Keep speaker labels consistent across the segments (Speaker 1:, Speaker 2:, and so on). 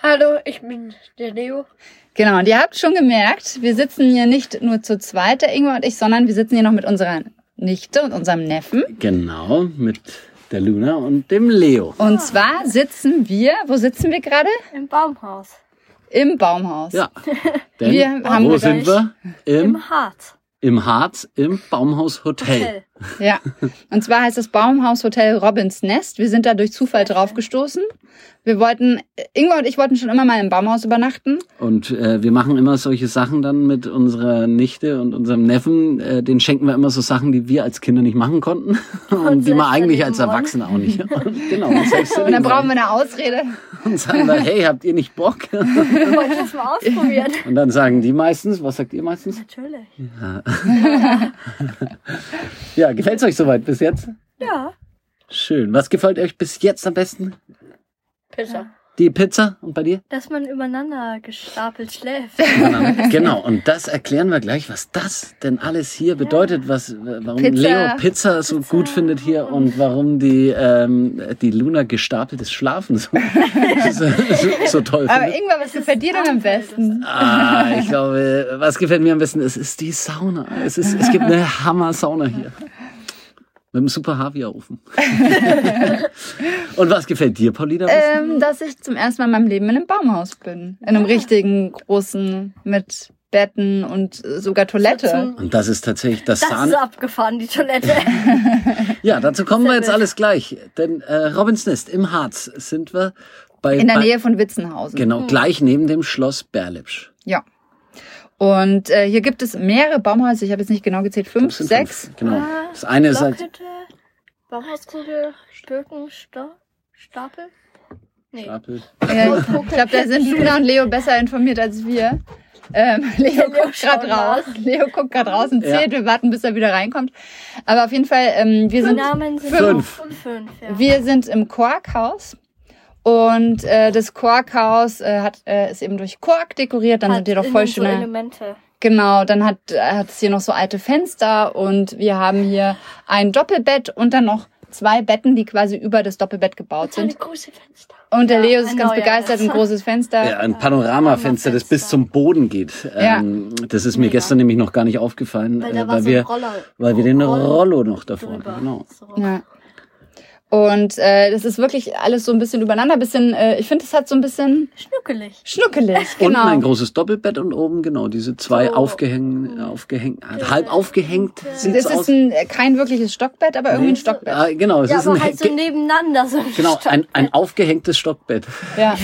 Speaker 1: Hallo, ich bin der Leo.
Speaker 2: Genau, und ihr habt schon gemerkt, wir sitzen hier nicht nur zu zweit, der Ingmar und ich, sondern wir sitzen hier noch mit unserer Nichte und unserem Neffen.
Speaker 3: Genau, mit der Luna und dem Leo.
Speaker 2: Und zwar sitzen wir, wo sitzen wir gerade?
Speaker 1: Im Baumhaus.
Speaker 2: Im Baumhaus.
Speaker 3: Ja, denn
Speaker 2: Wir haben
Speaker 3: wo
Speaker 2: wir
Speaker 3: sind wir? Im,
Speaker 1: Im Harz.
Speaker 3: Im Harz, im Baumhaus Hotel.
Speaker 2: Ja. Und zwar heißt das Baumhaus Hotel Robins Nest. Wir sind da durch Zufall draufgestoßen. Wir wollten, Ingmar und ich wollten schon immer mal im Baumhaus übernachten.
Speaker 3: Und äh, wir machen immer solche Sachen dann mit unserer Nichte und unserem Neffen. Äh, den schenken wir immer so Sachen, die wir als Kinder nicht machen konnten. Und die
Speaker 1: selbst
Speaker 3: man eigentlich
Speaker 1: erleben
Speaker 3: als
Speaker 1: wollen.
Speaker 3: Erwachsener auch nicht. Und genau. Und, selbst
Speaker 2: Und dann brauchen wir eine Ausrede.
Speaker 3: und sagen wir, hey, habt ihr nicht Bock?
Speaker 1: Ich wollte das mal ausprobieren.
Speaker 3: Und dann sagen die meistens, was sagt ihr meistens?
Speaker 1: Natürlich.
Speaker 3: Ja, gefällt's euch soweit bis jetzt?
Speaker 1: Ja.
Speaker 3: Schön. Was gefällt euch bis jetzt am besten?
Speaker 1: Pizza.
Speaker 3: Die Pizza und bei dir?
Speaker 1: Dass man übereinander gestapelt schläft.
Speaker 3: Miteinander. genau, und das erklären wir gleich, was das denn alles hier bedeutet, was, äh, warum
Speaker 2: Pizza.
Speaker 3: Leo Pizza so gut findet hier und warum die, ähm, die Luna gestapeltes Schlafen so, so, so, so toll
Speaker 2: Aber
Speaker 3: findet.
Speaker 2: Ingmar, was gefällt dir denn am besten?
Speaker 3: Ah, ich glaube, was gefällt mir am besten, es ist die Sauna. Es, ist, es gibt eine Hammer-Sauna hier. Mit einem super Havia-Ofen. Und was gefällt dir, Paulina? am besten?
Speaker 2: Ähm, dass ich zum ersten Mal in meinem Leben in einem Baumhaus bin. In
Speaker 1: Ah.
Speaker 2: einem richtigen, großen, mit Betten und äh, sogar Toilette.
Speaker 3: Und das ist tatsächlich das,
Speaker 1: Das ist
Speaker 3: Sahne.
Speaker 1: abgefahren, die Toilette.
Speaker 3: Ja, dazu kommen wir jetzt alles gleich. Denn äh, Robins Nest im Harz sind wir bei
Speaker 2: In der
Speaker 3: bei-
Speaker 2: Nähe von Witzenhausen.
Speaker 3: Genau, gleich neben dem Schloss Berlipsch.
Speaker 2: Ja. Und äh, hier gibt es mehrere Baumhäuser. Ich habe jetzt nicht genau gezählt. Fünf,
Speaker 3: Das sind
Speaker 2: sechs.
Speaker 3: fünf, Genau. Das eine ist halt,
Speaker 1: Blockhütte, Baumhauskugel, Birkenstapel. Stapel? Nee.
Speaker 3: Stapel.
Speaker 2: Ja, ich glaube, da sind Luna und Leo besser informiert als wir. Ähm, Leo
Speaker 1: Leo
Speaker 2: guckt gerade
Speaker 1: schaut nach.
Speaker 2: raus. Leo guckt gerade raus und
Speaker 3: Ja.
Speaker 2: zählt. Wir warten, bis er wieder reinkommt. Aber auf jeden Fall, ähm, wir
Speaker 1: Die
Speaker 2: sind
Speaker 1: Namen sind
Speaker 3: Fünf.
Speaker 1: auch- Fünf, ja.
Speaker 2: wir sind im Quarkhaus. Und äh, das Quarkhaus äh, hat äh, ist eben durch Quark dekoriert. Dann
Speaker 1: Hat
Speaker 2: sind hier doch
Speaker 1: innen
Speaker 2: voll
Speaker 1: so
Speaker 2: schöne.
Speaker 1: Elemente.
Speaker 2: Genau, dann hat hat es hier noch so alte Fenster und wir haben hier ein Doppelbett und dann noch zwei Betten, die quasi über das Doppelbett gebaut
Speaker 1: Eine
Speaker 2: sind.
Speaker 1: große Fenster.
Speaker 2: Und der Leo
Speaker 1: ein
Speaker 2: ist ganz
Speaker 1: neuer
Speaker 2: begeistert, ein
Speaker 1: Fenster.
Speaker 2: großes Fenster.
Speaker 3: Ja, ein Panoramafenster, das bis zum Boden geht. Ähm, Das ist mir gestern nämlich noch gar nicht aufgefallen, weil,
Speaker 1: Weil
Speaker 3: äh,
Speaker 1: da war
Speaker 3: weil,
Speaker 1: so ein
Speaker 3: wir,
Speaker 1: Roller.
Speaker 3: weil wir den
Speaker 1: Rollo
Speaker 3: Rollo noch davor
Speaker 1: drüber.
Speaker 3: haben. Genau.
Speaker 1: So.
Speaker 2: Ja. Und äh, das ist wirklich alles so ein bisschen übereinander, bisschen, äh, ich finde, es hat so ein bisschen
Speaker 1: Schnuckelig.
Speaker 2: schnuckelig,
Speaker 3: Unten ein
Speaker 2: genau.
Speaker 3: großes Doppelbett und oben genau diese zwei
Speaker 1: So.
Speaker 3: aufgehängt, aufgehängt, also halb aufgehängt sieht's
Speaker 2: Es ist
Speaker 3: aus.
Speaker 2: ein, äh, kein wirkliches Stockbett, aber irgendwie ein Stockbett.
Speaker 3: Ah, genau, es
Speaker 1: Ja,
Speaker 3: ist ein
Speaker 1: aber halt so
Speaker 3: ge-
Speaker 1: nebeneinander. So ein
Speaker 3: Genau,
Speaker 1: Stock.
Speaker 3: ein, ein aufgehängtes Stockbett.
Speaker 2: Ja.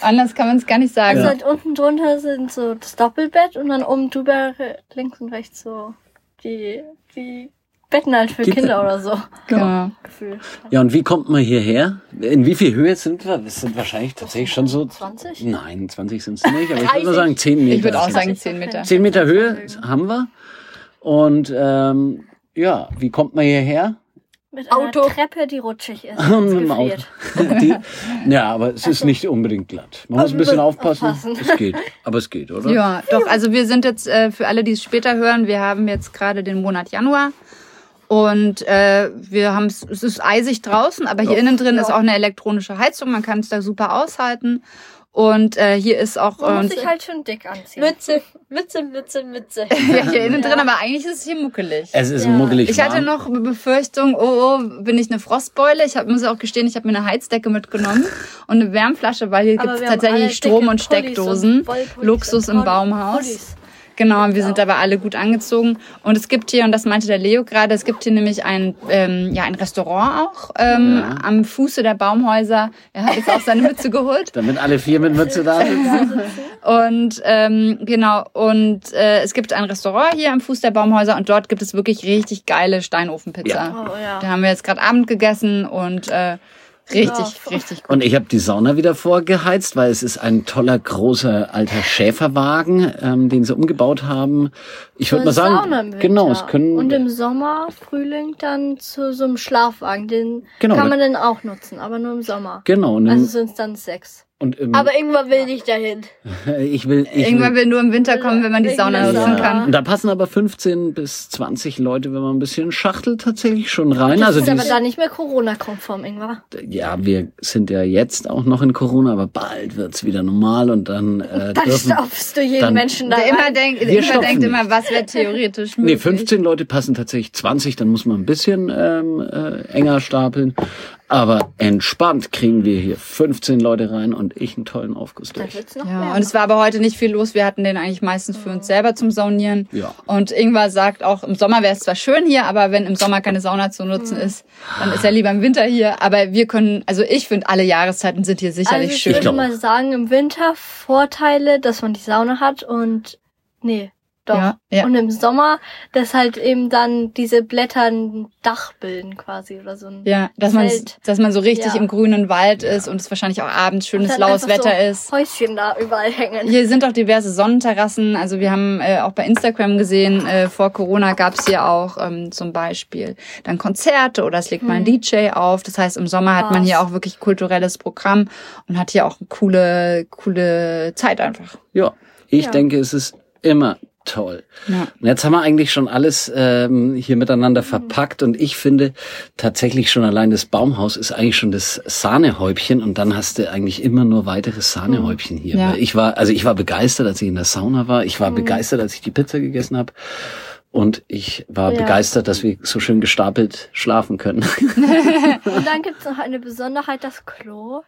Speaker 2: Anders kann man es gar nicht sagen.
Speaker 1: Also
Speaker 3: Ja.
Speaker 1: halt unten drunter sind so das Doppelbett und dann oben drüber äh, links und rechts so die, die Betten halt für
Speaker 3: Die
Speaker 1: Kinder
Speaker 3: Betten.
Speaker 1: oder so.
Speaker 2: Genau.
Speaker 1: Gefühl.
Speaker 3: Ja, und wie kommt man hierher? In wie viel Höhe sind wir? Wir sind wahrscheinlich tatsächlich schon so.
Speaker 1: 20?
Speaker 3: Nein, 20 sind es nicht, aber ich würde mal
Speaker 1: 30.
Speaker 3: sagen 10 Meter.
Speaker 2: Ich würde auch sagen
Speaker 1: ist
Speaker 2: zehn
Speaker 1: okay.
Speaker 2: Meter.
Speaker 3: 10 Meter Höhe haben wir. Und ähm, ja, wie kommt man hierher?
Speaker 1: Mit
Speaker 2: Auto.
Speaker 1: einer Treppe, die rutschig ist.
Speaker 3: Mit dem Auto. Die, ja, aber es ist nicht unbedingt glatt. Man muss ein bisschen
Speaker 1: muss
Speaker 3: aufpassen.
Speaker 1: aufpassen.
Speaker 3: Es geht. Aber es geht, oder?
Speaker 2: Also Ja, doch, also wir sind jetzt, äh, für alle, die es später hören, wir haben jetzt gerade den Monat Januar. Und äh, wir haben es, es ist eisig draußen, aber hier innen drin ist auch eine elektronische Heizung, man kann es da super aushalten. Und äh, hier ist auch
Speaker 1: Man muss
Speaker 2: ähm,
Speaker 1: sich halt schon dick anziehen.
Speaker 4: Mütze, Mütze, Mütze, Mütze.
Speaker 2: ja, hier innen drin, aber eigentlich ist es hier muckelig.
Speaker 3: Es ist
Speaker 1: Ja.
Speaker 3: muggelig
Speaker 2: Ich hatte
Speaker 3: warm.
Speaker 2: noch eine Befürchtung, oh, oh bin ich eine Frostbeule? Ich hab, muss auch gestehen, ich habe mir eine Heizdecke mitgenommen und eine Wärmflasche, weil hier
Speaker 1: Aber
Speaker 2: gibt es
Speaker 1: wir haben alle
Speaker 2: tatsächlich
Speaker 1: dicke
Speaker 2: Strom und
Speaker 1: Pullis
Speaker 2: Steckdosen.
Speaker 1: und Wollpullis
Speaker 2: Luxus
Speaker 1: und
Speaker 2: im
Speaker 1: Pullis-
Speaker 2: Baumhaus.
Speaker 1: Pullis.
Speaker 2: Genau, und wir sind aber alle gut angezogen. Und es gibt hier, und das meinte der Leo gerade, es gibt hier nämlich ein, ähm, ja, ein Restaurant auch ähm, am Fuße der Baumhäuser. Er hat jetzt auch seine Mütze geholt.
Speaker 3: Damit alle vier mit Mütze da sind.
Speaker 2: Und ähm, genau, und äh, es gibt ein Restaurant hier am Fuß der Baumhäuser und dort gibt es wirklich richtig geile Steinofenpizza.
Speaker 3: Ja.
Speaker 1: Oh, ja.
Speaker 2: Da haben wir jetzt gerade Abend gegessen und äh, Richtig, richtig gut.
Speaker 3: Und ich habe die Sauna wieder vorgeheizt, weil es ist ein toller, großer, alter Schäferwagen, ähm, den sie umgebaut haben. Ich würde mal sagen,
Speaker 1: Sauna im Winter.
Speaker 3: genau, es können
Speaker 1: Und im Sommer, Frühling dann zu so einem Schlafwagen. Den
Speaker 3: Genau,
Speaker 1: kann
Speaker 3: ne?
Speaker 1: man dann auch nutzen, aber nur im Sommer.
Speaker 3: genau und im,
Speaker 2: Hm.
Speaker 1: Also sind es dann sechs.
Speaker 3: und im,
Speaker 4: Aber irgendwann will ich dahin.
Speaker 3: ich will ich
Speaker 2: Irgendwann will nur im Winter kommen, wenn man die Sauna
Speaker 1: Irgendwann
Speaker 2: nutzen
Speaker 1: Sauna.
Speaker 2: kann.
Speaker 3: Und da passen aber 15 bis 20 Leute, wenn man ein bisschen schachtelt, tatsächlich schon rein. Also
Speaker 1: ist aber
Speaker 3: dieses,
Speaker 1: dann nicht mehr Corona-konform, Ingwer.
Speaker 3: ja, wir sind ja jetzt auch noch in Corona, aber bald wird's wieder normal und dann äh,
Speaker 1: Dann
Speaker 3: dürfen.
Speaker 1: stopfst du jeden
Speaker 3: dann-
Speaker 1: Menschen da
Speaker 2: Der
Speaker 1: rein.
Speaker 2: immer denkt,
Speaker 3: Wir
Speaker 2: immer
Speaker 3: stopfen
Speaker 2: denkt
Speaker 3: nicht.
Speaker 2: immer, was wäre theoretisch
Speaker 3: Nee,
Speaker 2: möglich.
Speaker 3: 15 Leute passen tatsächlich 20, dann muss man ein bisschen ähm, äh, enger stapeln. Aber entspannt kriegen wir hier 15 Leute rein und ich einen tollen Aufguss
Speaker 1: Dann
Speaker 3: durch.
Speaker 1: wird's noch
Speaker 2: Ja,
Speaker 1: mehr.
Speaker 2: und es war aber heute nicht viel los. Wir hatten den eigentlich meistens für uns selber zum Saunieren.
Speaker 3: Ja.
Speaker 2: Und Ingwer sagt auch, im Sommer wäre es zwar schön hier, aber wenn im Sommer keine Sauna zu nutzen ist, dann ist er lieber im Winter hier. Aber wir können, also ich finde, alle Jahreszeiten sind hier sicherlich
Speaker 1: also ich
Speaker 2: schön.
Speaker 3: glaub-
Speaker 1: würde mal sagen, im Winter Vorteile, dass man die Sauna hat und nee, doch.
Speaker 2: Ja, ja.
Speaker 1: Und im Sommer, dass halt eben dann diese Blätter ein Dach bilden quasi oder so ein
Speaker 2: Ja, dass man,
Speaker 1: Feld.
Speaker 2: dass man so richtig
Speaker 1: Ja.
Speaker 2: im grünen Wald ist und es wahrscheinlich auch abends
Speaker 1: Und
Speaker 2: schönes
Speaker 1: dann
Speaker 2: laues
Speaker 1: einfach
Speaker 2: Wetter
Speaker 1: so
Speaker 2: ist.
Speaker 1: Häuschen da überall hängen.
Speaker 2: Hier sind auch diverse Sonnenterrassen. Also wir haben äh, auch bei Instagram gesehen, äh, vor Corona gab's hier auch ähm, zum Beispiel dann Konzerte oder es legt mal ein DJ auf. Das heißt, im Sommer hat man
Speaker 1: Was?
Speaker 2: hier auch wirklich kulturelles Programm und hat hier auch eine coole, coole Zeit einfach.
Speaker 3: Ja, ich
Speaker 1: Ja.
Speaker 3: denke, es ist immer toll.
Speaker 2: Ja.
Speaker 3: Und jetzt haben wir eigentlich schon alles ähm, hier miteinander verpackt und ich finde tatsächlich schon allein das Baumhaus ist eigentlich schon das Sahnehäubchen und dann hast du eigentlich immer nur weitere Sahnehäubchen hier.
Speaker 2: Ja.
Speaker 3: Weil Ich war also ich war begeistert, als ich in der Sauna war. Ich war
Speaker 1: Mhm.
Speaker 3: begeistert, als ich die Pizza gegessen habe. Und ich war
Speaker 1: Ja.
Speaker 3: begeistert, dass wir so schön gestapelt schlafen können.
Speaker 1: Und dann gibt's noch eine Besonderheit, das Klo.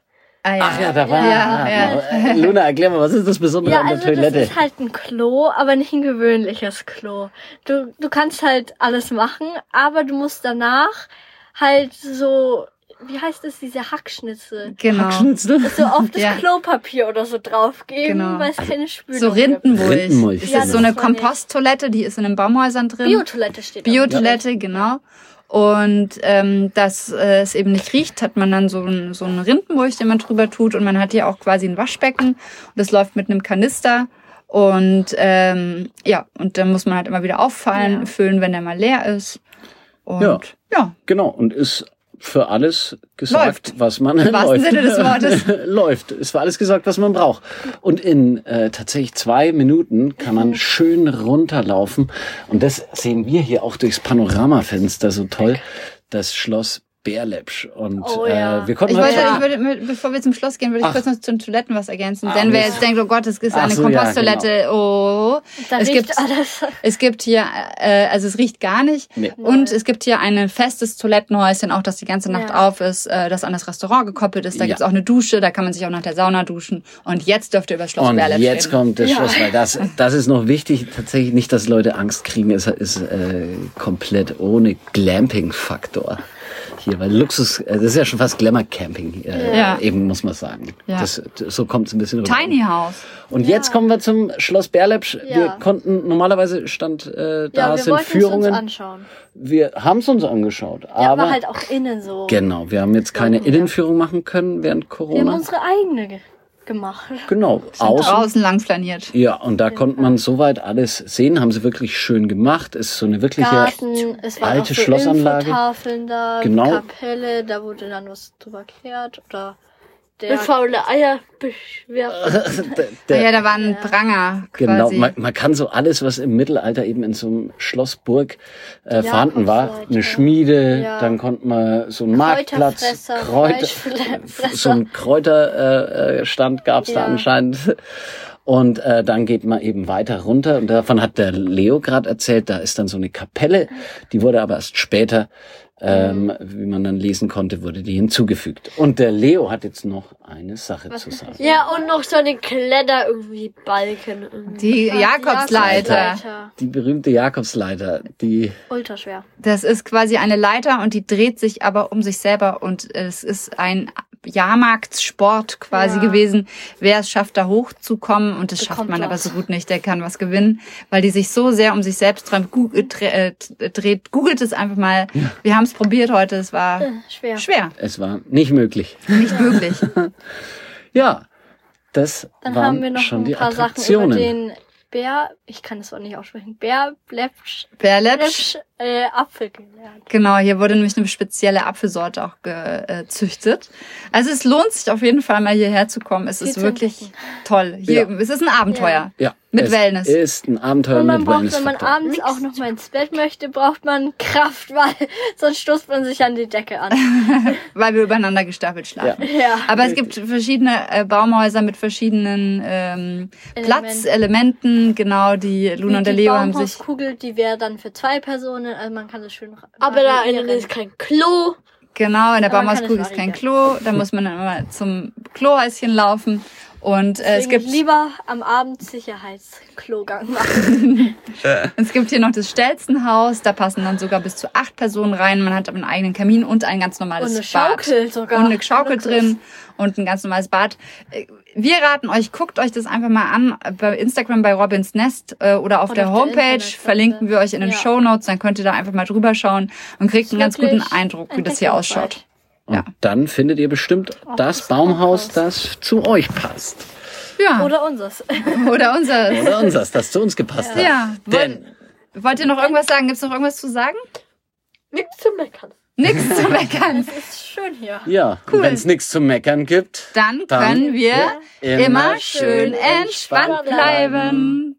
Speaker 2: Ah,
Speaker 3: Ach ja, da war.
Speaker 2: Ja, ja.
Speaker 3: Äh, Luna, erklär mal, was ist das Besondere
Speaker 1: Ja,
Speaker 3: an der
Speaker 1: also das
Speaker 3: Toilette?
Speaker 1: ist halt ein Klo, aber nicht ein gewöhnliches Klo. Du, du kannst halt alles machen, aber du musst danach halt so, wie heißt es, diese Hackschnitzel.
Speaker 2: Genau.
Speaker 3: Schnitzel?
Speaker 1: So auf das
Speaker 2: Ja.
Speaker 1: Klopapier oder so draufgeben,
Speaker 2: Genau.
Speaker 1: weil es keine Spülung
Speaker 2: So Rindenmulch.
Speaker 3: Rindenmulch,
Speaker 2: Das
Speaker 3: genau. Ja,
Speaker 2: ist so
Speaker 1: das
Speaker 2: eine
Speaker 1: war nicht.
Speaker 2: Komposttoilette, die ist in den Baumhäusern drin.
Speaker 1: gibt. Biotoilette steht da.
Speaker 2: Biotoilette, genau. Und ähm, dass äh, es eben nicht riecht, hat man dann so, ein, so einen Rindenmulch, den man drüber tut. Und man hat hier auch quasi ein Waschbecken. Und das läuft mit einem Kanister. Und ähm, ja, und dann muss man halt immer wieder auffallen,
Speaker 1: Ja.
Speaker 2: füllen, wenn der mal leer ist. Und
Speaker 3: Ja.
Speaker 2: ja,
Speaker 3: Genau, und ist für alles gesagt,
Speaker 2: Läuft.
Speaker 3: was man
Speaker 2: Im wahrsten
Speaker 3: läuft.
Speaker 2: Sinne des Wortes.
Speaker 3: läuft. Ist für alles gesagt, was man braucht. Und in äh, tatsächlich zwei Minuten kann
Speaker 2: Mhm.
Speaker 3: man schön runterlaufen. Und das sehen wir hier auch durchs Panoramafenster so toll. Das Schloss Berlepsch. Und
Speaker 1: Oh ja.
Speaker 3: äh, wir konnten
Speaker 2: ich wollte,
Speaker 3: natürlich-
Speaker 2: ich würde, bevor wir zum Schluss gehen, würde ich
Speaker 3: Ach.
Speaker 2: kurz noch zu den Toiletten was ergänzen.
Speaker 3: Ah,
Speaker 2: Denn wer
Speaker 3: Mist.
Speaker 2: jetzt denkt, oh Gott, es ist
Speaker 3: Ach
Speaker 2: eine
Speaker 3: so, ja, genau.
Speaker 2: Komposttoilette, oh.
Speaker 1: Da
Speaker 2: es
Speaker 1: riecht
Speaker 2: gibt
Speaker 1: alles.
Speaker 2: Es gibt hier, äh, also es riecht gar nicht.
Speaker 3: Nee.
Speaker 2: Und es gibt hier ein festes Toilettenhäuschen, auch das die ganze Nacht
Speaker 1: Ja.
Speaker 2: auf ist, äh, das an das Restaurant gekoppelt ist. Da
Speaker 3: Ja.
Speaker 2: gibt's auch eine Dusche, da kann man sich auch nach der Sauna duschen. Und jetzt dürft ihr über Schloss
Speaker 3: Und
Speaker 2: Berlepsch
Speaker 3: jetzt
Speaker 2: reden.
Speaker 3: kommt das Schluss, weil das, das ist noch wichtig, tatsächlich nicht, dass Leute Angst kriegen, es ist äh, komplett ohne Glamping-Faktor hier, weil Luxus, äh, das ist ja schon fast Glamour-Camping, äh,
Speaker 2: Ja.
Speaker 3: eben muss man sagen.
Speaker 2: Ja.
Speaker 3: Das, so kommt es ein bisschen rüber.
Speaker 2: Tiny House.
Speaker 3: Und jetzt kommen wir zum Schloss Berlepsch. Wir
Speaker 1: Ja.
Speaker 3: konnten, normalerweise stand äh, da
Speaker 1: ja, wir
Speaker 3: sind
Speaker 1: wollten es uns
Speaker 3: Führungen.
Speaker 1: anschauen.
Speaker 3: Wir haben es uns angeschaut,
Speaker 1: Ja,
Speaker 3: aber
Speaker 1: aber halt auch innen so.
Speaker 3: genau, wir haben jetzt keine Innenführung machen können während
Speaker 1: Wir haben
Speaker 3: Corona.
Speaker 1: unsere eigene ge- gemacht.
Speaker 3: Genau,
Speaker 2: Außen.
Speaker 3: außen
Speaker 2: Draußen lang flaniert.
Speaker 3: Ja, und da konnte man soweit alles sehen, haben sie wirklich schön gemacht. Ist so eine wirkliche
Speaker 1: Garten, es waren
Speaker 3: alte
Speaker 1: auch so
Speaker 3: Schlossanlage.
Speaker 1: Infotafeln da,
Speaker 3: Genau.
Speaker 1: Kapelle, da wurde dann was drüber erklärt oder der
Speaker 4: Mit faule Eier beschweren.
Speaker 3: Der-
Speaker 2: Ja,
Speaker 3: der-
Speaker 2: Ah ja, da war ein Pranger
Speaker 3: genau,
Speaker 2: quasi.
Speaker 3: man, man kann so alles, was im Mittelalter eben in so einem Schlossburg äh, vorhanden war,
Speaker 1: Jakobsleute.
Speaker 3: eine Schmiede,
Speaker 1: Ja.
Speaker 3: dann konnte man so einen Marktplatz,
Speaker 1: Kräuterfresser,
Speaker 3: Kräuter,
Speaker 1: Fleischfresser.
Speaker 3: so einen Kräuterstand äh, Stand gab's da
Speaker 1: Ja.
Speaker 3: anscheinend. Und äh, dann geht man eben weiter runter und davon hat der Leo gerade erzählt, da ist dann so eine Kapelle, die wurde aber erst später, ähm,
Speaker 1: Mhm.
Speaker 3: wie man dann lesen konnte, wurde die hinzugefügt. Und der Leo hat jetzt noch eine Sache zu sagen.
Speaker 4: Ja, und noch so eine Kletter irgendwie Balken. Irgendwie.
Speaker 2: die Jakobsleiter.
Speaker 1: Jakobsleiter.
Speaker 3: Die berühmte Jakobsleiter, die
Speaker 1: Ultra schwer.
Speaker 2: Das ist quasi eine Leiter und die dreht sich aber um sich selber und es ist ein Jahrmarktsport quasi
Speaker 1: Ja.
Speaker 2: gewesen. Wer es schafft, da hochzukommen und das schafft
Speaker 1: Bekommt
Speaker 2: man aber
Speaker 1: was.
Speaker 2: so gut nicht, der kann was gewinnen, weil die sich so sehr um sich selbst dran googelt, dre- äh, t- dreht. Googelt es einfach mal. Wir haben es probiert heute, es war
Speaker 4: Schwer.
Speaker 2: Äh, schwer,
Speaker 3: Es war nicht möglich.
Speaker 2: nicht möglich.
Speaker 3: Ja, das
Speaker 1: Dann
Speaker 3: waren
Speaker 1: haben wir noch
Speaker 3: schon
Speaker 1: ein
Speaker 3: die
Speaker 1: paar Sachen
Speaker 3: Attraktionen.
Speaker 1: über den Bär, ich kann das Wort nicht aussprechen, Bär Blepsch,
Speaker 2: Berlepsch.
Speaker 1: Blepsch äh, Apfel gelernt.
Speaker 2: Genau, hier wurde nämlich eine spezielle Apfelsorte auch gezüchtet. Also es lohnt sich auf jeden Fall mal hierher zu kommen. Es
Speaker 1: Viel
Speaker 2: ist
Speaker 1: zu
Speaker 2: wirklich
Speaker 1: entdecken.
Speaker 2: toll. Hier,
Speaker 3: Ja.
Speaker 2: Es ist ein Abenteuer.
Speaker 3: ja,
Speaker 2: Mit
Speaker 3: es
Speaker 2: Wellness.
Speaker 3: ist ein Abenteuer
Speaker 1: Und man
Speaker 3: mit
Speaker 1: braucht,
Speaker 3: Wellness.
Speaker 1: wenn man abends auch noch mal ins Bett möchte, braucht man Kraft, weil sonst stoßt man sich an die Decke an.
Speaker 2: Weil wir übereinander gestapelt schlafen.
Speaker 3: Ja.
Speaker 1: ja.
Speaker 2: Aber es gibt verschiedene äh, Baumhäuser mit verschiedenen ähm, Platzelementen. Genau, die Luna und der Leo haben sich...
Speaker 1: Kugel, die wäre dann für zwei Personen, also man kann das schön ra-
Speaker 4: Aber da
Speaker 1: variieren.
Speaker 4: innen ist kein Klo.
Speaker 2: Genau, in der
Speaker 1: Aber man kann
Speaker 2: Baumhauskugel
Speaker 1: es
Speaker 2: ist kein
Speaker 1: variieren.
Speaker 2: Klo. Da muss man dann immer zum Klohäuschen laufen. Und äh, es
Speaker 1: Deswegen
Speaker 2: gibt...
Speaker 1: lieber am Abend Sicherheitsklogang machen.
Speaker 2: Es gibt hier noch das Stelzenhaus, da passen dann sogar bis zu acht Personen rein. Man hat aber einen eigenen Kamin und ein ganz normales
Speaker 1: Und eine
Speaker 2: Bad.
Speaker 1: Schaukel sogar.
Speaker 2: Und eine Schaukel
Speaker 1: Wirklich.
Speaker 2: drin und ein ganz normales Bad. Äh, Wir raten euch, guckt euch das einfach mal an äh, bei Instagram bei Robins Nest äh, oder auf
Speaker 1: Oder
Speaker 2: der
Speaker 1: auf der
Speaker 2: Homepage.
Speaker 1: Internetseite.
Speaker 2: Verlinken wir euch in den
Speaker 1: Ja.
Speaker 2: Show Notes, dann könnt ihr da einfach mal drüber schauen und kriegt einen ganz guten
Speaker 1: Wirklich
Speaker 2: Eindruck, wie das hier
Speaker 1: entdeckungsweit.
Speaker 2: ausschaut.
Speaker 3: Und
Speaker 2: Ja.
Speaker 3: dann findet ihr bestimmt das Baumhaus, das zu euch passt.
Speaker 2: Ja, oder,
Speaker 1: Oder unseres.
Speaker 2: unseres.
Speaker 3: Oder unseres, das zu uns gepasst hat.
Speaker 2: Ja.
Speaker 3: Denn
Speaker 2: Wollt ihr noch irgendwas sagen? Gibt's noch irgendwas zu sagen?
Speaker 4: Nichts zu meckern.
Speaker 2: Nichts zu meckern.
Speaker 1: Ist schön hier.
Speaker 3: ja,
Speaker 2: Cool.
Speaker 3: wenn es nichts zu meckern gibt,
Speaker 2: Dann
Speaker 3: Dann
Speaker 2: können wir immer schön entspannt bleiben.